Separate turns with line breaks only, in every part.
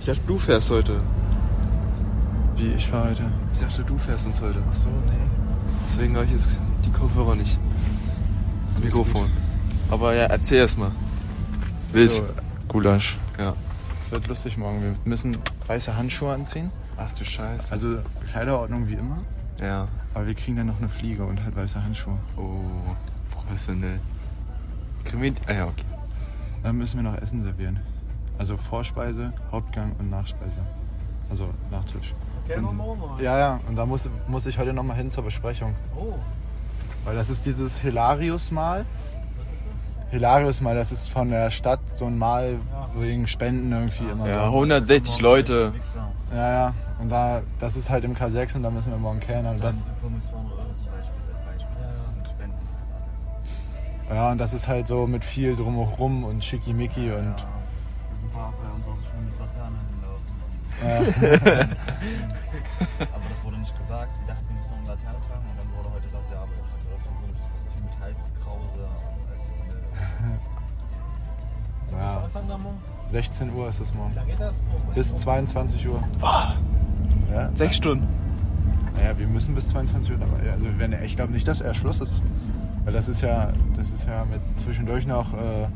Ich dachte, du fährst heute.
Wie, ich war heute.
Ich dachte, du fährst uns heute.
Ach so, nee.
Deswegen habe ich jetzt die Kopfhörer nicht. Das
Alles
Mikrofon. Aber ja, erzähl erst mal. Wild.
So, Gulasch.
Ja.
Es wird lustig morgen. Wir müssen weiße Handschuhe anziehen.
Ach du Scheiße.
Also Kleiderordnung wie immer.
ja.
Aber wir kriegen dann noch eine Fliege und halt weiße Handschuhe.
Oh, professionell. Krimin. Ah ja, okay.
Dann müssen wir noch Essen servieren. Also Vorspeise, Hauptgang und Nachspeise. Also Nachtisch.
Gerne wir morgen mal.
Ja, ja, und da muss, muss ich heute nochmal hin zur Besprechung.
Oh,
Weil das ist dieses Hilarius-Mal. Hilarius-Mal, das ist von der Stadt so ein Mal wegen Spenden irgendwie immer
Ja,
so.
160 Leute.
Wichser.
Ja, ja. Und da, das ist halt im K6 und da müssen wir morgen kellnern. Und Das,
Die Pommes waren oder so Beispiel, das Beispiel. Ja. Spenden.
ja, und das ist halt so mit viel drumherum und schickimicki und
Ja. Da sind ein paar bei uns auch schon mit Laternen hinlaufen.
äh,
Aber das wurde nicht gesagt. Die dachten, wir müssen noch eine Laterne tragen. Und dann wurde heute gesagt, ja, aber das hat ja auch so ein komisches Kostüm mit Halskrause. und alles Mögliche.
Ja.
Willst du anfangen, Damon?
16 Uhr ist es
Wie
morgen.
lange geht das? Oh, mein
Bis
Gott.
22 Uhr. Ja,
Sechs Stunden.
naja, wir müssen bis 22 Uhr dabei. Also wenn, ich glaube nicht, dass er Schluss ist. Weil das ist ja, das ist ja mit zwischendurch noch, äh,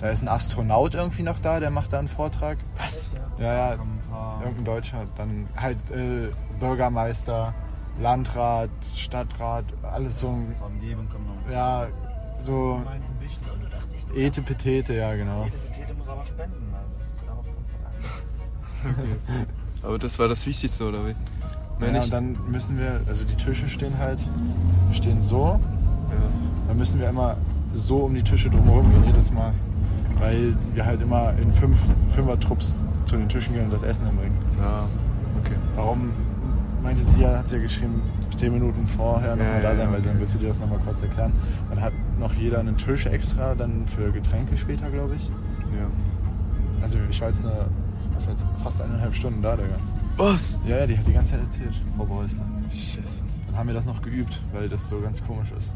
da ist ein Astronaut irgendwie noch da, der macht da einen Vortrag.
Was?
Ja, ja,
Kommen ein paar-
irgendein Deutscher. Dann halt äh, Bürgermeister, Landrat, Stadtrat, alles so ein
Aus der Umgebung kommen noch.
Ja, so
Meinen Wichtel.
Ete Petete, ja genau.
Jede Petete muss aber spenden. Also das, darauf kommt es an.
Aber das war das Wichtigste, oder wie? Nein,
Ja,
nicht?
und dann müssen wir, also die Tische stehen halt, stehen so,
ja.
dann müssen wir immer so um die Tische drumherum gehen, jedes Mal. Weil wir halt immer in fünf, Fünfer-Trupps zu den Tischen gehen und das Essen hinbringen.
Ah, okay.
Darum meinte sie ja, hat sie ja geschrieben, zehn Minuten vorher nochmal
Ja,
da
ja,
sein,
ja,
weil dann
okay.
willst du dir das nochmal kurz erklären. Dann hat noch jeder einen Tisch extra, dann für Getränke später, glaube ich.
Ja.
Also ich war jetzt, eine, ich war jetzt fast eineinhalb Stunden da, Digga.
Was?
Ja, ja, die hat die ganze Zeit erzählt, Frau Beuster.
Scheiße.
Dann haben wir das noch geübt, weil das so ganz komisch ist.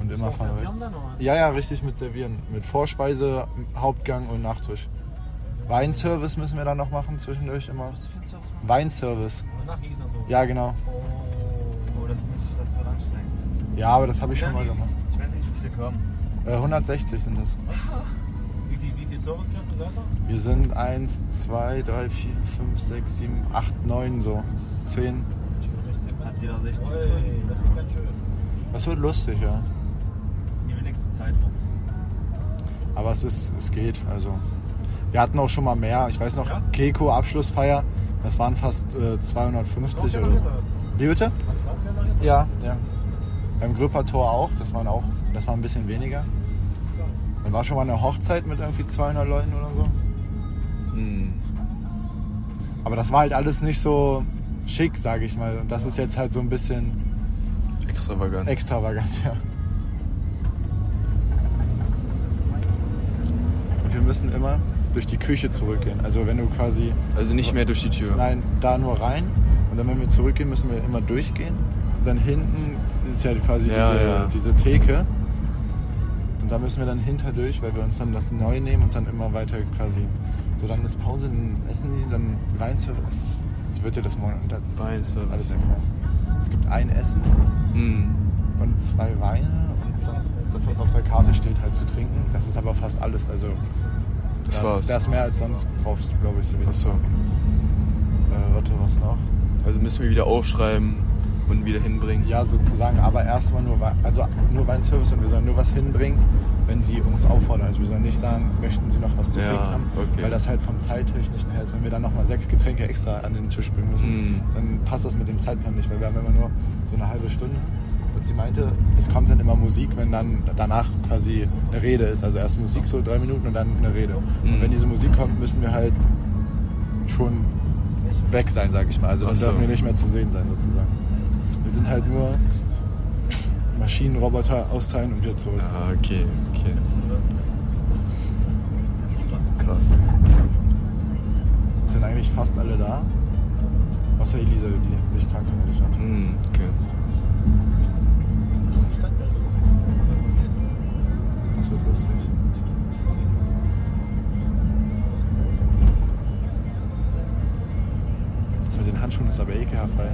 Und immer
doch
von
servieren
rechts.
dann, oder was?
Ja, ja, richtig mit Servieren. Mit Vorspeise, Hauptgang und Nachtisch. Weinservice müssen wir dann noch machen zwischendurch immer.
Was du für ein Service machen?
Weinservice.
Also Nachgießen und so.
Ja, genau.
Oh, das ist nicht, das ist so anstrengend.
Ja, aber das habe ich schon mal gemacht.
Ich weiß nicht, wie viele kommen.
Äh, 160 sind es.
Wie viel, wie viel Servicekräfte seid ihr?
Wir sind 1, 2, 3, 4, 5, 6, 7, 8, 9 so. 10.
Hat jeder 16.
Ui,
das ist ganz schön.
Das wird lustig, ja.
Die wenigste Zeit rum.
Aber es ist, es geht. Also wir hatten auch schon mal mehr. Ich weiß noch,
Ja?
Keko Abschlussfeier. Das waren fast äh, 250 oder so. Wie bitte?
Hast du auch generiert?
Ja, ja. Beim Gröper Tor auch. Das waren auch, das war ein bisschen weniger. Dann war schon mal eine Hochzeit mit irgendwie 200 Leuten oder so.
Hm.
Aber das war halt alles nicht so schick, sage ich mal. Und das ist jetzt halt so ein bisschen
Extravagant.
extravagant, ja. Und wir müssen immer durch die Küche zurückgehen. Also wenn du quasi
also nicht mehr durch die Tür.
Nein, da nur rein. Und dann, wenn wir zurückgehen, müssen wir immer durchgehen. Und dann hinten ist ja quasi
Ja,
diese,
ja.
diese Theke. Und da müssen wir dann hinter durch, weil wir uns dann das neu nehmen und dann immer weiter quasi. So, dann ist Pause, dann essen die, dann Weinservice. Es ist- Ich würde dir das morgen dann alles
Weinservice.
erklären. Es gibt ein Essen
Hm.
und zwei Weine und sonst das, was auf der Karte steht, halt zu trinken. Das ist aber fast alles. Also,
Das
da
war's.
ist- Da ist mehr als sonst drauf, glaube ich. so wie-
Achso.
Äh, warte, was noch?
Also müssen wir wieder aufschreiben und wieder hinbringen.
Ja, sozusagen, aber erstmal nur, Wei- also nur Weinservice und wir sollen nur was hinbringen, wenn sie uns auffordern. Also wir sollen nicht sagen, möchten sie noch was zu
Ja,
trinken haben,
okay.
weil das halt vom Zeittechnischen her ist. Wenn wir dann nochmal sechs Getränke extra an den Tisch bringen müssen,
Mhm.
dann passt das mit dem Zeitplan nicht, weil wir haben immer nur so eine halbe Stunde. Und sie meinte, es kommt dann immer Musik, wenn dann danach quasi eine Rede ist. Also erst Musik so drei Minuten und dann eine Rede.
Mhm.
Und wenn diese Musik kommt, müssen wir halt schon weg sein, sag ich mal. Also dann
Ach so.
dürfen wir nicht mehr zu sehen sein sozusagen. Wir sind halt nur Maschinenroboter austeilen und wieder zurück.
Ah, okay, okay. Krass.
Sind eigentlich fast alle da. Außer Elisa, die hat sich krank gemeldet. hat.
Hm, okay.
Das wird lustig. Handschuhen ist aber ekelhaft, weil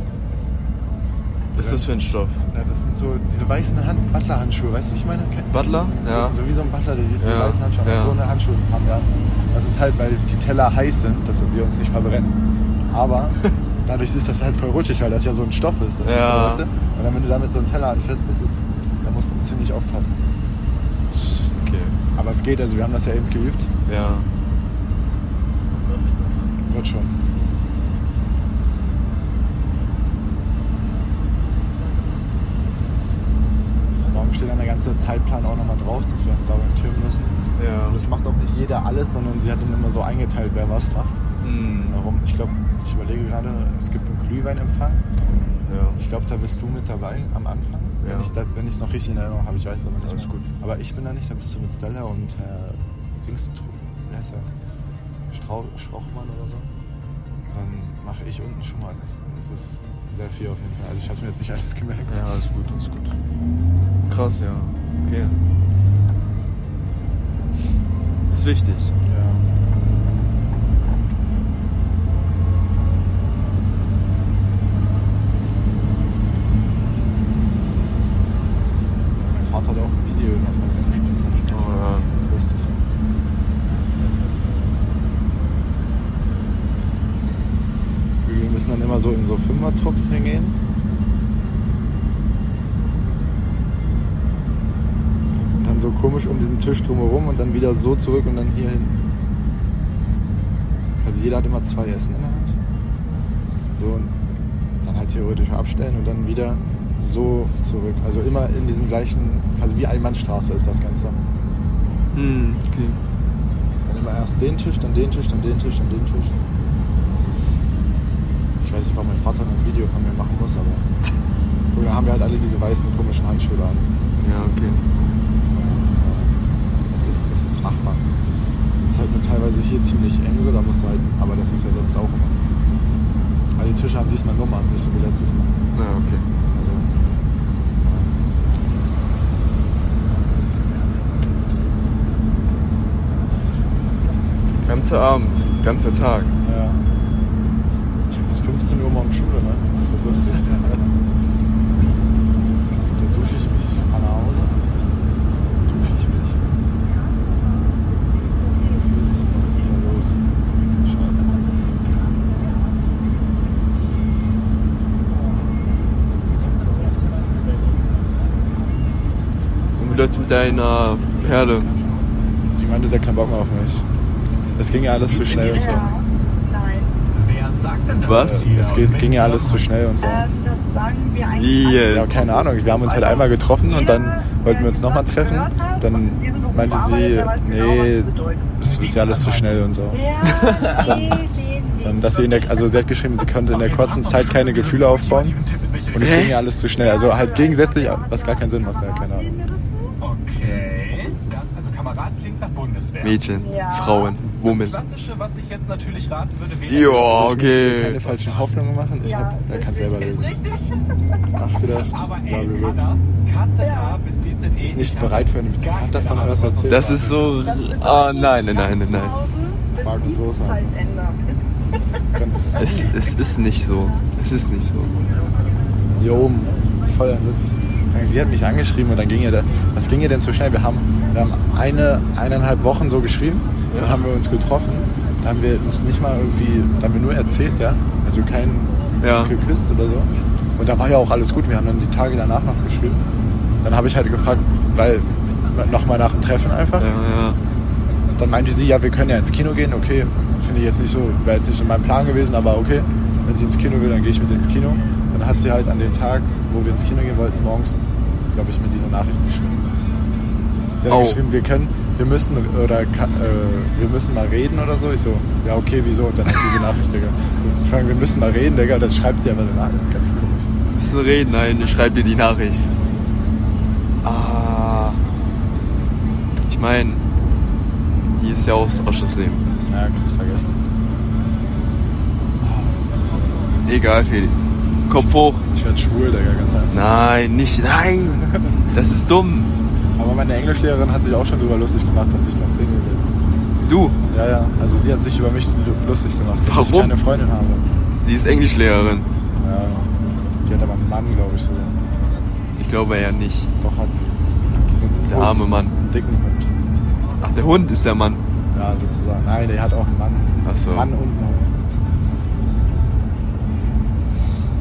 Was ist das für ein Stoff?
na, das sind so diese weißen Hand Butler-Handschuhe, weißt du, wie ich meine? Ken-
Butler? Ja.
So, so wie so ein Butler, die, die
Ja,
weißen Handschuhe,
ja.
so eine Handschuhe haben wir. an. Das ist halt, weil die Teller heiß sind, dass wir uns nicht verbrennen. Aber dadurch ist das halt voll rutschig, weil das ja so ein Stoff ist. Das ist so,
Ja.
weißt du? Und dann, wenn du damit so einen Teller anfasst, das ist, da musst du ziemlich aufpassen.
Okay.
Aber es geht, also wir haben das ja eben geübt.
Ja.
Wird schon. Morgen steht dann der ganze Zeitplan auch nochmal drauf, dass wir uns da orientieren müssen.
Ja.
Und das macht auch nicht jeder alles, sondern sie hat dann immer so eingeteilt, wer was macht.
Hm.
Warum? Ich glaube, ich überlege gerade, es gibt einen Glühweinempfang.
Ja.
Ich glaube, da bist du mit dabei am Anfang.
Ja.
Wenn ich das, wenn ich es noch richtig in Erinnerung habe, ich weiß aber nicht.
Alles
mehr.
gut.
Aber ich bin da nicht, da bist du mit Stella und Herr Dingstru, wie heißt er? Strau Strauchmann oder so. Dann mache ich unten schon mal alles. Das ist sehr viel auf jeden Fall. Also ich habe mir jetzt nicht alles gemerkt.
Ja, alles gut, alles gut. Krass, ja. Okay. Ist wichtig.
Ja. Mein Vater hat auch ein Video gemacht, das kann ich jetzt nicht.
Oh ja.
Das ist lustig. Wir müssen dann immer so in so Fünfer-Trupps hingehen. Und dann so komisch um diesen Tisch drumherum und dann wieder so zurück und dann hier hin. Also jeder hat immer zwei Essen in der Hand. So und dann halt theoretisch abstellen und dann wieder so zurück. Also immer in diesem gleichen, also wie Einbahnstraße ist das Ganze.
Hm, okay.
Dann immer erst den Tisch, dann den Tisch, dann den Tisch, dann den Tisch. Das ist. Ich weiß nicht, warum mein Vater noch ein Video von mir machen muss, aber. Früher haben wir halt alle diese weißen komischen Handschuhe da an.
Ja, okay.
Es ist, es ist machbar. Ist halt nur teilweise hier ziemlich eng, so, da musst du halt, aber das ist ja sonst auch immer. Aber die Tische haben diesmal Nummern, nicht so wie letztes Mal.
Ja, okay.
Also,
Ganzer Abend, ganzer Tag.
ja. Ich hab bis 15 Uhr morgen Schule, ne? Das wird lustig. da dusche ich mich, ich fahre nach Hause. Dusche ich mich. Fühl ich mich wieder los. Scheiße.
Und wie läuft's mit deiner Perle?
Die meinte, sie hat keinen Bock mehr auf mich. Es ging ja alles zu schnell und so.
Nein.
Wer sagt denn das?
Was?
Es geht, ging ja alles zu schnell und so.
Ähm, das sagen wir eigentlich.
Jetzt.
Ja, keine Ahnung. Wir haben uns halt einmal getroffen und dann wollten wir uns nochmal treffen. Dann meinte sie, nee, es ist ja alles zu schnell und so. Dann, dass sie in der, also sie hat geschrieben, sie konnte in der kurzen Zeit keine Gefühle aufbauen und es
Hä?
ging ja alles zu schnell. Also halt gegensätzlich, was gar keinen Sinn macht, ja, keine Ahnung.
Okay. Das, also Kamerad klingt nach Bundeswehr.
Mädchen,
Ja.
Frauen,
Das
Women.
klassische, was ich jetzt natürlich raten würde, wäre.
Ja,
Keine
okay.
falschen Hoffnungen machen. Ich hab, er kann selber
Ist
lesen.
richtig.
Nachgedacht.
Aber
bla,
ey,
bla, bla.
Anna, KZA
Ja.
bis E DZE.
Sie ist nicht bereit für eine Beziehung. Hat davon was erzählt?
Das ist so. Ah, nein, nein, nein, nein, nein.
Marken so sein. Ganz
Es, es ist nicht so. Es ist nicht so.
hier oben voll am Sitzen. Sie hat mich angeschrieben und dann ging ihr da, was ging ihr denn so schnell? Wir haben, wir haben eine, eineinhalb Wochen so geschrieben, dann haben wir uns getroffen, da haben wir uns nicht mal irgendwie, da haben wir nur erzählt, ja, also kein
Ja.
geküsst oder so. Und da war ja auch alles gut, wir haben dann die Tage danach noch geschrieben. Dann habe ich halt gefragt, weil nochmal nach dem Treffen einfach.
Ja, ja.
Dann meinte sie, ja, wir können ja ins Kino gehen. Okay, finde ich jetzt nicht so, wäre jetzt nicht in meinem Plan gewesen, aber okay, wenn sie ins Kino will, dann gehe ich mit ins Kino. Dann hat sie halt an dem Tag, wo wir ins Kino gehen wollten, morgens, glaube ich, mir diese Nachricht geschrieben. Sie hat
Au.
geschrieben, wir können, wir müssen oder kann, äh, wir müssen mal reden oder so. Ich so, ja okay, wieso? Und dann hat diese Nachricht, Digga. So, vor allem, wir müssen mal reden, Digga. Und dann schreibt sie aber so, ah, das ist ganz komisch.
Wir müssen reden, nein, ich schreibe dir die Nachricht. Ah. Ich meine, die ist ja aus Aschersleben.
Naja, kannst vergessen.
Egal, Felix. Kopf hoch.
Ich werde schwul, Digga, ganz einfach.
Nein, nicht, nein. Das ist dumm.
Aber meine Englischlehrerin hat sich auch schon drüber lustig gemacht, dass ich noch Single bin.
Du,
Ja, ja. Also sie hat sich über mich lu- lustig gemacht, dass ich
Warum?
keine Freundin habe.
Sie ist Englischlehrerin.
Ja. Die hat aber einen Mann, glaube ich, so.
Ich glaube ja nicht.
Doch hat sie. Und
Der
einen
arme
Hund.
Mann.
Einen dicken Hund.
Ach, der Hund ist der Mann.
Ja, sozusagen. Nein, der hat auch einen Mann.
Ach so.
Mann und einen Hund.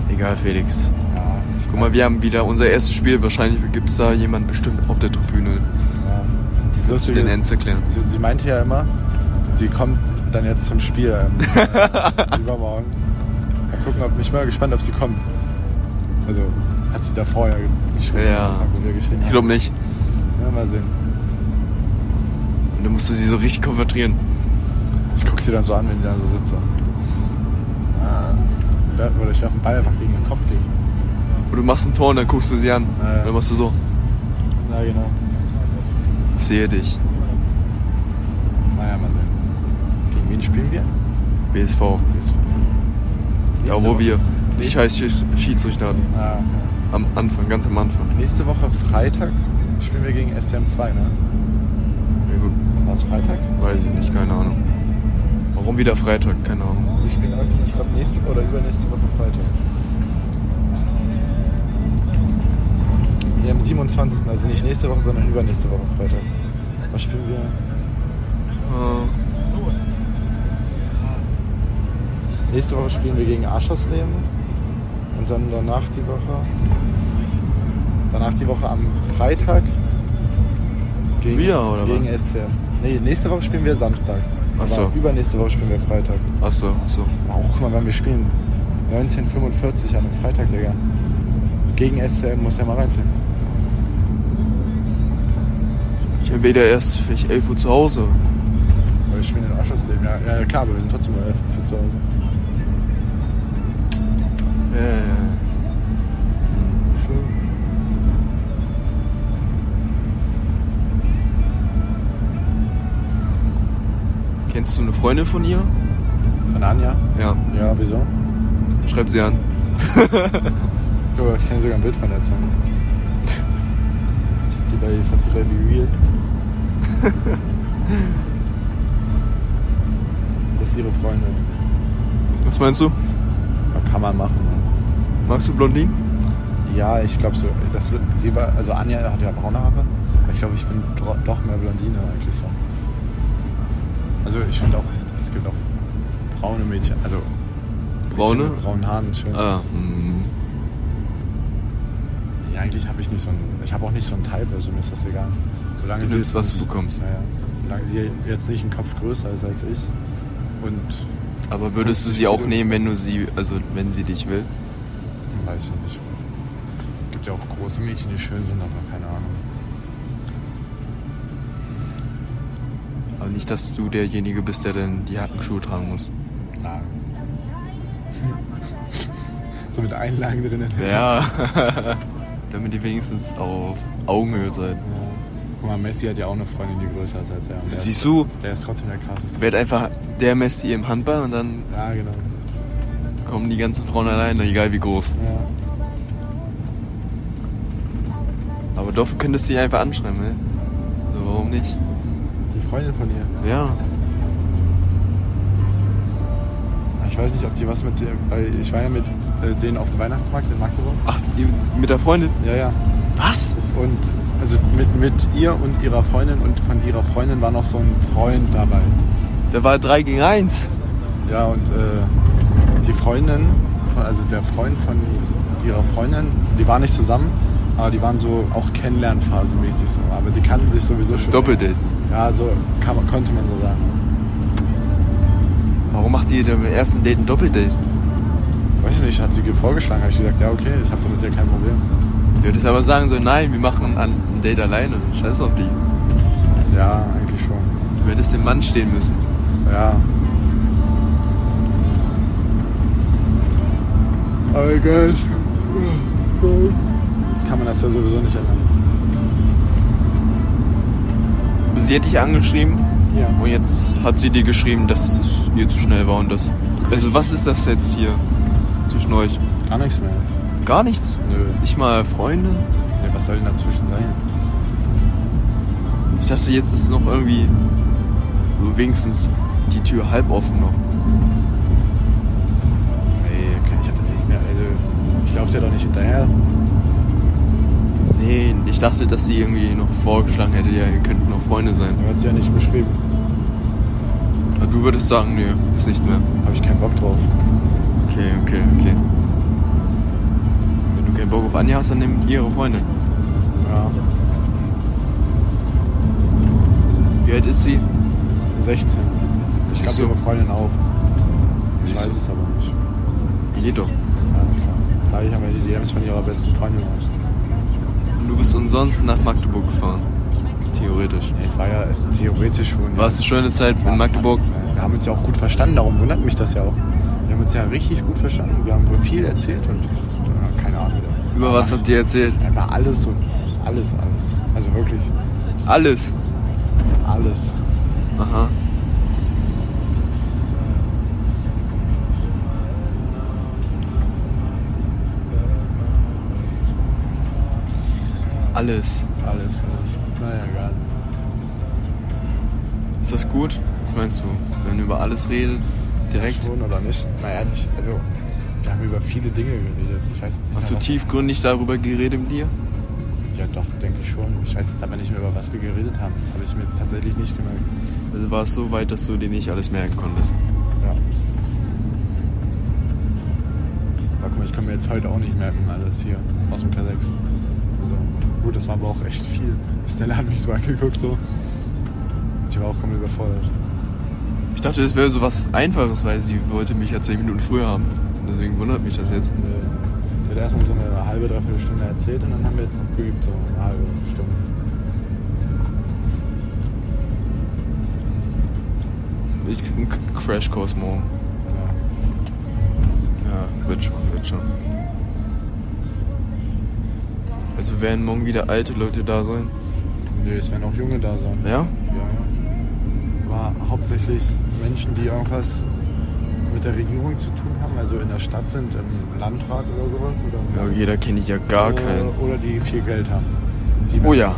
Egal, Felix.
Ja, ich
Guck mal, wir haben wieder unser erstes Spiel. Wahrscheinlich gibt es da jemanden bestimmt auf der Tribüne,
Ja. Die
der sich
lustige,
den Ends erklären.
sie, sie meinte ja immer, sie kommt dann jetzt zum Spiel ähm, äh, übermorgen. Mal gucken, ob ich bin mal gespannt, ob sie kommt. Also hat sie da vorher geschrieben.
Ja.
am Anfang, wo wir geschrieben
Ich glaube nicht.
haben. Ja, mal sehen.
Und dann musst du sie so richtig konvertieren.
Ich guck sie dann so an, wenn die da so sitzt. Ah. Da würde ich auf den Ball einfach gegen den Kopf gegen.
Und du machst ein Tor und dann guckst du sie an.
Ja, ja.
Und dann machst du so,
Ja, genau.
ich sehe dich.
Naja, mal sehen. Gegen wen spielen wir?
BSV.
DSV.
Da
Nächste
wo
Woche-
wir. Die
nächste-
scheiß Schi- Schiedsrichter hatten.
Ah, okay.
Am Anfang, ganz am Anfang.
Nächste Woche Freitag spielen wir gegen SCM2, ne?
Ja, gut.
War es Freitag?
Weiß ich nicht, keine Ahnung. Warum wieder Freitag? Keine Ahnung.
Ich bin eigentlich, ich glaube, nächste oder übernächste Woche Freitag. Ja, am 27. Also nicht nächste Woche, sondern übernächste Woche Freitag. Was spielen wir? Ah.
Äh,
Nächste Woche spielen wir gegen Aschersleben. Und dann danach die Woche. Danach die Woche am Freitag. Gegen,
Wieder, oder
gegen
was?
SCM. Nee, nächste Woche spielen wir Samstag.
Ach
Aber
so.
Übernächste Woche spielen wir Freitag.
achso, achso.
Wow, guck mal, wann wir spielen. 1945 an einem Freitag, Digga. Gegen SCM muss ja mal reinziehen.
Ich bin weder erst vielleicht 11 Uhr zu Hause.
Weil wir spielen in Aschersleben. Ja, ja, klar, aber wir sind trotzdem nur elf für zu Hause.
Ja, ja, ja. Kennst du eine Freundin von ihr?
Von Anja?
Ja.
Ja, wieso?
Schreib sie an.
Guck mal, ich kann dir sogar ein Bild von der zeigen. Ich hab die bei, ich hab die bei Be Real. Das ist ihre Freundin.
Was meinst du?
Ja, kann man machen. Ne?
Magst du Blondinen?
Ja, ich glaube so. Das, sie war, also Anja hat ja braune Haare. Aber ich glaube, ich bin dro- doch mehr Blondine eigentlich so. Also ich finde auch, es gibt auch braune Mädchen. Also
Braune?
Mädchen mit braunen Haaren schön.
Ah, mm.
Ja, eigentlich habe ich nicht so ein, ich habe auch nicht so ein Type, also mir ist das egal. Solange
Du
sie
nimmst,
jetzt
was
nicht-
du bekommst.
Naja, solange sie jetzt nicht einen Kopf größer ist als ich. Und
Aber würdest du sie auch nehmen, wenn du sie, also wenn sie dich will?
hm, weiß ich nicht. Gibt ja auch große Mädchen, die schön sind, aber keine Ahnung.
Aber nicht, dass du derjenige bist, der dann die harten Schuhe tragen muss.
Na. so mit Einlagen drin.
Ja. Damit die wenigstens auf Augenhöhe sein.
Guck mal, Messi hat ja auch eine Freundin, die größer ist als er. Und der
Siehst
ist,
du?
Der ist trotzdem der krasseste.
Werd einfach der Messi im Handball und dann
Ja, genau.
kommen die ganzen Frauen alleine, egal wie groß.
Ja.
Aber doch könntest du dich einfach anschreiben, ne? So, warum nicht?
Die Freundin von ihr.
Ja.
Ich weiß nicht, ob die was mit dir. Weil ich war ja mit äh, denen auf dem Weihnachtsmarkt in Magdeburg.
Ach, ihr- mit der Freundin?
Ja, ja.
Was?
Und also mit, mit ihr und ihrer Freundin und von ihrer Freundin war noch so ein Freund dabei.
Der war 3 gegen 1.
Ja, und äh, die Freundin, von- also der Freund von ihrer Freundin, die waren nicht zusammen, aber die waren so auch Kennenlernphasenmäßig so. Aber die kannten sich sowieso schon.
Doppeldate.
Ja, so kann, man- konnte man so sagen.
Warum macht ihr denn beim ersten Date ein Doppeldate?
Weiß ich nicht, hat sie vorgeschlagen, habe ich gesagt, ja okay, ich habe damit ja kein Problem.
Du hättest aber sagen sollen, nein, wir machen ein, ein Date alleine. Scheiß auf die.
Ja, eigentlich schon.
Du hättest dem Mann stehen müssen.
Ja. Aber egal. Jetzt kann man das ja sowieso nicht ändern.
Sie hat dich angeschrieben
Ja.
und jetzt hat sie dir geschrieben, dass es ihr zu schnell war und das. Also was ist das jetzt hier zwischen euch?
Gar nichts mehr.
Gar nichts?
Nö.
Nicht mal Freunde?
Ja, was soll denn dazwischen sein?
Ich dachte, jetzt ist noch irgendwie so wenigstens die Tür halb offen noch.
Nee, Also, Ich laufe dir doch nicht hinterher.
Nee, ich dachte, dass sie irgendwie noch vorgeschlagen hätte, ja, ihr könnt noch Freunde sein.
Dann hat sie ja nicht geschrieben.
Aber du würdest sagen, nee, ist nicht mehr.
Habe ich keinen Bock drauf.
Okay, okay, okay. Wenn du keinen Bock auf Anja hast, dann nimm ihre Freundin.
Ja.
Wie alt ist sie?
16. Ich glaube,
So.
ihre Freundin auch. Ich
Wieso?
weiß es aber nicht.
Jedoch.
Das sage ich aber, die DMs von ihrer besten Freundin aus.
Und du bist umsonst nach Magdeburg gefahren. Theoretisch.
Es war ja es, theoretisch schon.
War es eine schöne Zeit in Magdeburg?
Wir haben uns ja auch gut verstanden, darum wundert mich das ja auch. Wir haben uns ja richtig gut verstanden, wir haben wohl viel erzählt und ja, keine Ahnung.
Über was habt ihr erzählt?
Ja, Über alles und alles, alles. Also wirklich
Alles.
alles.
Aha. Alles.
Alles, alles. Naja, egal.
Ist das gut? Was meinst du? Wenn man über alles redet, direkt?
Schon oder nicht? Naja, nicht. Also, wir haben über viele Dinge geredet. Ich weiß jetzt nicht.
Hast du
mehr, was-
tiefgründig darüber geredet mit dir?
Ja, doch, denke ich schon. Ich weiß jetzt aber nicht mehr, über was wir geredet haben. Das habe ich mir jetzt tatsächlich nicht gemerkt.
Also war es so weit, dass du dir nicht alles merken konntest?
Ja. Aber guck mal, ich kann mir jetzt heute auch nicht merken, alles hier aus dem K6. Also, gut, das war aber auch echt viel. Stella hat mich so angeguckt, so. Ich war auch komplett überfordert.
Ich dachte, das wäre so was Einfaches, weil sie wollte mich ja 10 Minuten früher haben. Deswegen wundert mich das jetzt.
Äh, Der hat erstmal so eine halbe, dreiviertel Stunde erzählt und dann haben wir jetzt noch geübt, so eine halbe Stunde.
Ich krieg einen K- Crashkurs morgen.
Ja.
Ja, wird schon, wird schon. Also werden morgen wieder alte Leute da sein?
Nö, es werden auch Junge da sein.
Ja?
Ja, ja. War hauptsächlich Menschen, die irgendwas mit der Regierung zu tun haben, also in der Stadt sind, im Landrat oder sowas. Oder
Ja, jeder kenne ich ja gar
Äh,
keinen.
Oder die viel Geld haben. Die
Oh ja.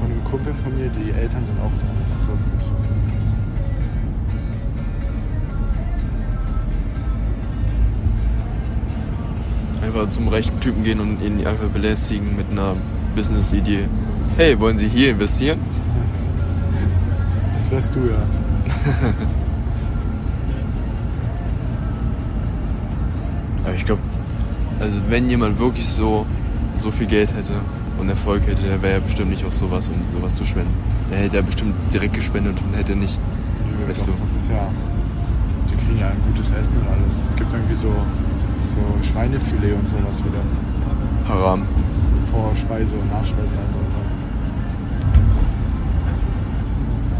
Von einem Kumpel von mir, die Eltern sind auch da. Das ist lustig.
Einfach zum rechten Typen gehen und ihn einfach belästigen mit einer Business-Idee. Hey, wollen Sie hier investieren?
Das wärst du ja.
Aber ich glaube, also wenn jemand wirklich so, so viel Geld hätte und Erfolg hätte, der wäre ja bestimmt nicht auf sowas, um sowas zu spenden. Der hätte ja bestimmt direkt gespendet und hätte nicht.
Nö,
Weißt
doch,
du.
Das ist ja. Die kriegen ja ein gutes Essen und alles. Es gibt irgendwie so, so Schweinefilet und sowas wieder.
Haram.
Vorspeise und Nachspeise.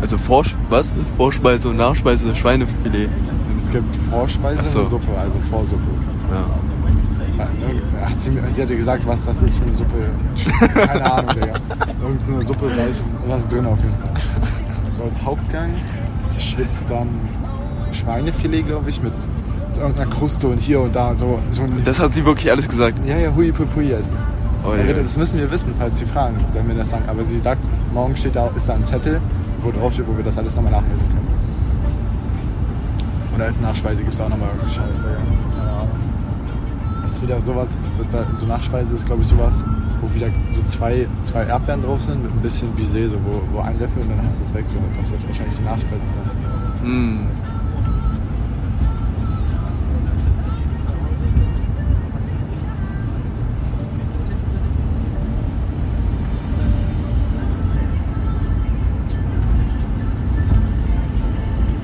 Also Vorsch was? Vorspeise und Nachspeise, Schweinefilet.
Es gibt Vorspeise
Ach so.
und Suppe, also Vorsuppe.
Ja.
Hat sie, mir- sie hatte gesagt, was das ist für eine Suppe. Keine Ahnung, Digga. Irgendeine Suppe, da ist was drin auf jeden Fall. So als Hauptgang gibt's dann Schweinefilet, glaube ich, mit irgendeiner Kruste und hier und da. So, so ein
Das hat sie wirklich alles gesagt.
ja, ja, hui pui pui essen.
Oh,
Ja,
ja.
Das müssen wir wissen, falls sie fragen, sollen wir das sagen. Aber sie sagt, morgen steht da, ist da ein Zettel, wo drauf steht, wo wir das alles nochmal nachlesen können. Und als Nachspeise gibt es auch nochmal irgendeinen Scheiß. Digga. Ja. Das ist wieder sowas, da- da- so Nachspeise ist glaube ich sowas, wo wieder so zwei, zwei Erdbeeren drauf sind mit ein bisschen Baiser, so wo, wo ein Löffel und dann hast du es weg. So. Das wird wahrscheinlich die Nachspeise sein.
Mm.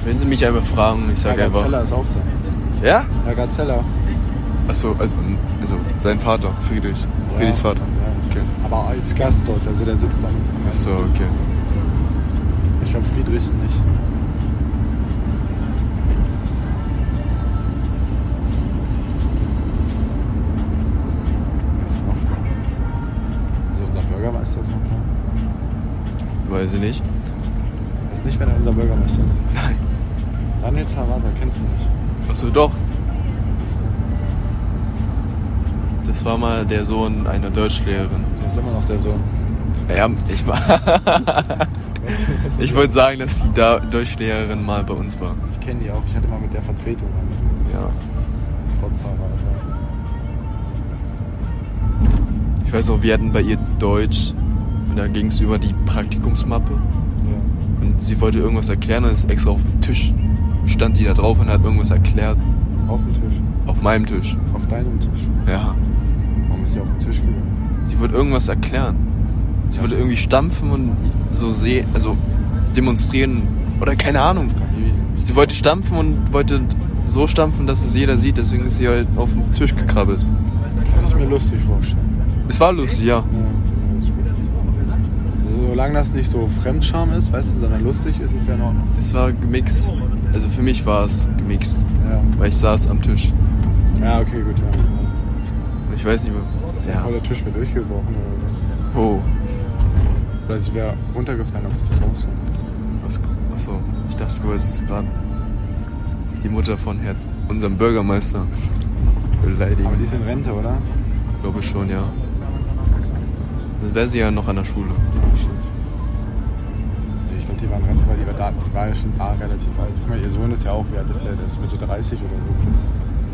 Wenn sie mich einfach fragen, ich sage einfach.
Gazella ist auch
Ja?
da. Ja, Gazella.
Achso, also, also sein Vater, Friedrich. Friedrichs Vater.
Ja.
Okay.
Aber als Gast dort, also der sitzt da mit.
Achso, okay.
Ich glaube Friedrich nicht. Wer ist noch da? Also unser Bürgermeister ist noch da.
Weiß ich nicht.
Ich weiß nicht, wer da unser Bürgermeister ist.
Nein.
Daniel Zawada, kennst du nicht.
Achso, doch.
Siehst du?
Das war mal der Sohn einer Deutschlehrerin.
Der ist immer noch der Sohn.
Ja, ich war. Ich wollte sagen, dass die da Deutschlehrerin mal bei uns war.
Ich kenne die auch, ich hatte mal mit der Vertretung
Ja.
Frau Zauber.
Ich weiß noch, wir hatten bei ihr Deutsch und da ging es über die Praktikumsmappe.
Ja.
Und sie wollte irgendwas erklären und ist extra auf dem Tisch. Stand die da drauf und hat irgendwas erklärt.
Auf dem Tisch.
Auf meinem Tisch.
Auf deinem Tisch.
Ja.
Warum ist sie auf den Tisch gegangen?
Sie wollte irgendwas erklären. Sie wollte irgendwie stampfen und so sehen, also demonstrieren oder keine Ahnung. Sie wollte stampfen und wollte so stampfen, dass es jeder sieht, deswegen ist sie halt auf den Tisch gekrabbelt.
Kann ich mir lustig vorstellen.
Es war lustig, ja.
Ja. Solange das nicht so Fremdscham ist, weißt du, sondern lustig ist es ja noch.
Es war gemixt. Also für mich war es gemixt,
Ja,
weil ich saß am Tisch.
ja okay, gut. Ja.
Ich weiß nicht,
Voll
ja.
der Tisch wäre durchgebrochen oder so.
Oh,
Oder sie wäre runtergefallen auf dich drauf. So.
was, achso, ich dachte, du wolltest gerade die Mutter von Herz, unserem Bürgermeister, beleidigen.
Aber die ist in Rente, oder?
Glaube ich schon, ja. Dann wäre sie ja noch an der Schule.
Ja, stimmt. Nee, Ich glaube, die war in Rente, weil die war, da, die war ja schon da relativ alt. Guck mal, ihr Sohn ist ja auch, wie alt ist der? Der ist Mitte 30 oder so.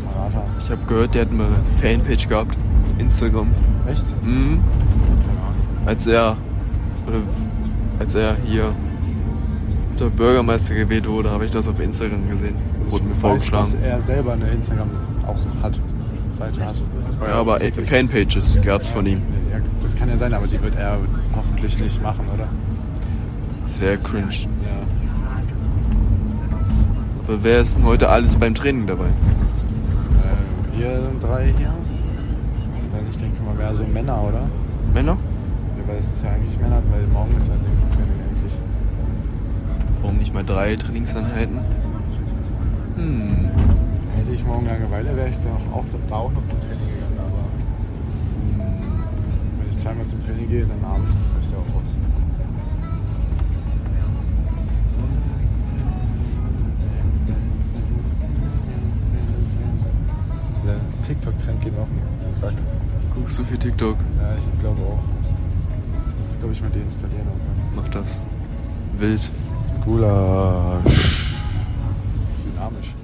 Das Marata.
Ich habe gehört, der hat eine Fanpage gehabt. auf Instagram.
Echt?
Mhm.
Keine Ahnung.
Als er, oder als er hier der Bürgermeister gewählt wurde, habe ich das auf Instagram gesehen. Wurde mir
ich Weiß,
vorgeschlagen.
dass er selber eine Instagram auch hat. Seite hat.
Ja, aber äh, Fanpages gab's von ihm.
Ja, das kann ja sein, aber die wird er hoffentlich nicht machen, oder?
Sehr cringe.
Ja.
Aber wer ist denn heute alles beim Training dabei?
Äh, wir drei hier. Dann, ich denke mal, mehr so Männer, oder?
Männer?
Ja, weil es ist ja eigentlich Männer, weil morgen ist ja Linkstraining eigentlich.
Warum nicht mal drei Trainingseinheiten? Hm.
Hätte ich morgen Langeweile, wäre ich doch auch, da auch noch zum Training gegangen. Aber
Hm.
wenn ich zweimal zum Training gehe, dann abends das reicht ja auch aus. Der TikTok-Trend geht auch nicht. Fuck.
Guckst du viel TikTok?
Ja, ich glaube auch. Das ist, glaube ich, mal deinstallieren.
Mach das. Wild.
Gulasch. Dynamisch.